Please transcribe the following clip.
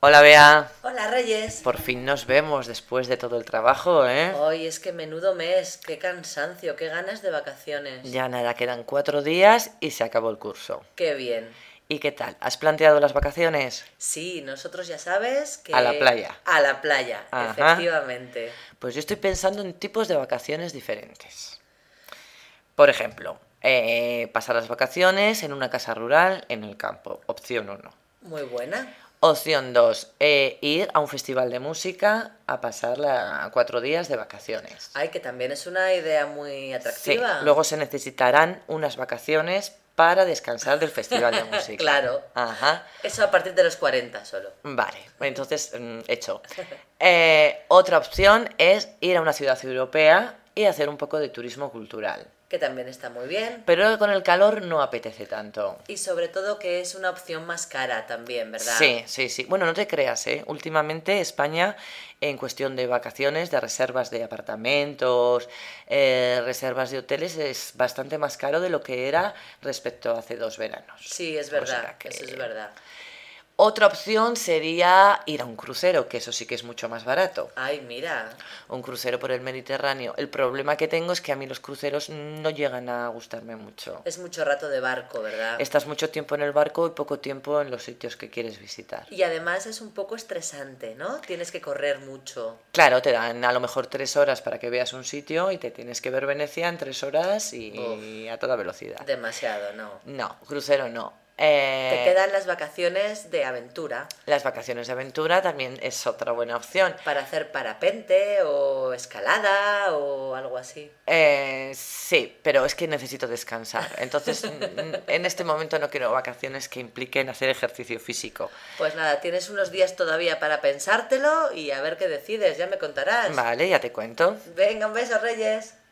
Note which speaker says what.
Speaker 1: Hola Bea,
Speaker 2: Hola Reyes.
Speaker 1: por fin nos vemos después de todo el trabajo, ¿eh?
Speaker 2: Hoy es que menudo mes, qué cansancio, qué ganas de vacaciones.
Speaker 1: Ya nada, quedan cuatro días y se acabó el curso.
Speaker 2: Qué bien.
Speaker 1: ¿Y qué tal? ¿Has planteado las vacaciones?
Speaker 2: Sí, nosotros ya sabes que...
Speaker 1: A la playa.
Speaker 2: A la playa,
Speaker 1: Ajá.
Speaker 2: efectivamente.
Speaker 1: Pues yo estoy pensando en tipos de vacaciones diferentes. Por ejemplo, eh, pasar las vacaciones en una casa rural en el campo, opción 1.
Speaker 2: Muy buena.
Speaker 1: Opción 2, ir a un festival de música a pasar la- cuatro días de vacaciones.
Speaker 2: Ay, que también es una idea muy
Speaker 1: Sí,
Speaker 2: atractiva.
Speaker 1: luego se necesitarán unas vacaciones para descansar del Festival de Música.
Speaker 2: Claro.
Speaker 1: Ajá.
Speaker 2: Eso a partir de los 40 solo.
Speaker 1: Vale, entonces, mm, hecho. Eh, otra opción es ir a una ciudad europea y hacer un poco de turismo cultural.
Speaker 2: Que también está muy bien.
Speaker 1: Pero con el calor no apetece tanto.
Speaker 2: Y sobre todo que es una opción más cara también, ¿verdad?
Speaker 1: Sí, sí, sí. Bueno, no te creas, ¿eh? Últimamente España, en cuestión de vacaciones, de reservas de apartamentos, eh, reservas de hoteles, es bastante más caro de lo que era respecto a hace dos veranos.
Speaker 2: Sí, es
Speaker 1: O
Speaker 2: verdad.
Speaker 1: sea que-
Speaker 2: Eso es verdad.
Speaker 1: Otra opción sería ir a un crucero, que eso sí que es mucho más barato.
Speaker 2: Ay, mira.
Speaker 1: Un crucero por el Mediterráneo. El problema que tengo es que a mí los cruceros no llegan a gustarme mucho.
Speaker 2: Es mucho rato de barco, ¿verdad?
Speaker 1: Estás mucho tiempo en el barco y poco tiempo en los sitios que quieres visitar.
Speaker 2: Y además es un poco estresante, ¿no? Tienes que correr mucho.
Speaker 1: Claro, te dan a lo mejor tres horas para que veas un sitio y te tienes que ver Venecia en tres horas y a toda velocidad.
Speaker 2: Demasiado, ¿no?
Speaker 1: No, crucero no. Eh,
Speaker 2: Te quedan las vacaciones de aventura
Speaker 1: Las vacaciones de aventura también es otra buena opción.
Speaker 2: para hacer parapente o escalada o algo así.
Speaker 1: Eh, sí, pero es que necesito descansar. Entonces, n- en este momento no quiero vacaciones que impliquen hacer ejercicio físico.
Speaker 2: Pues nada, tienes unos días todavía para pensártelo y a ver qué decides, ya me contarás.
Speaker 1: Vale, ya te cuento.
Speaker 2: Venga, un beso, Reyes.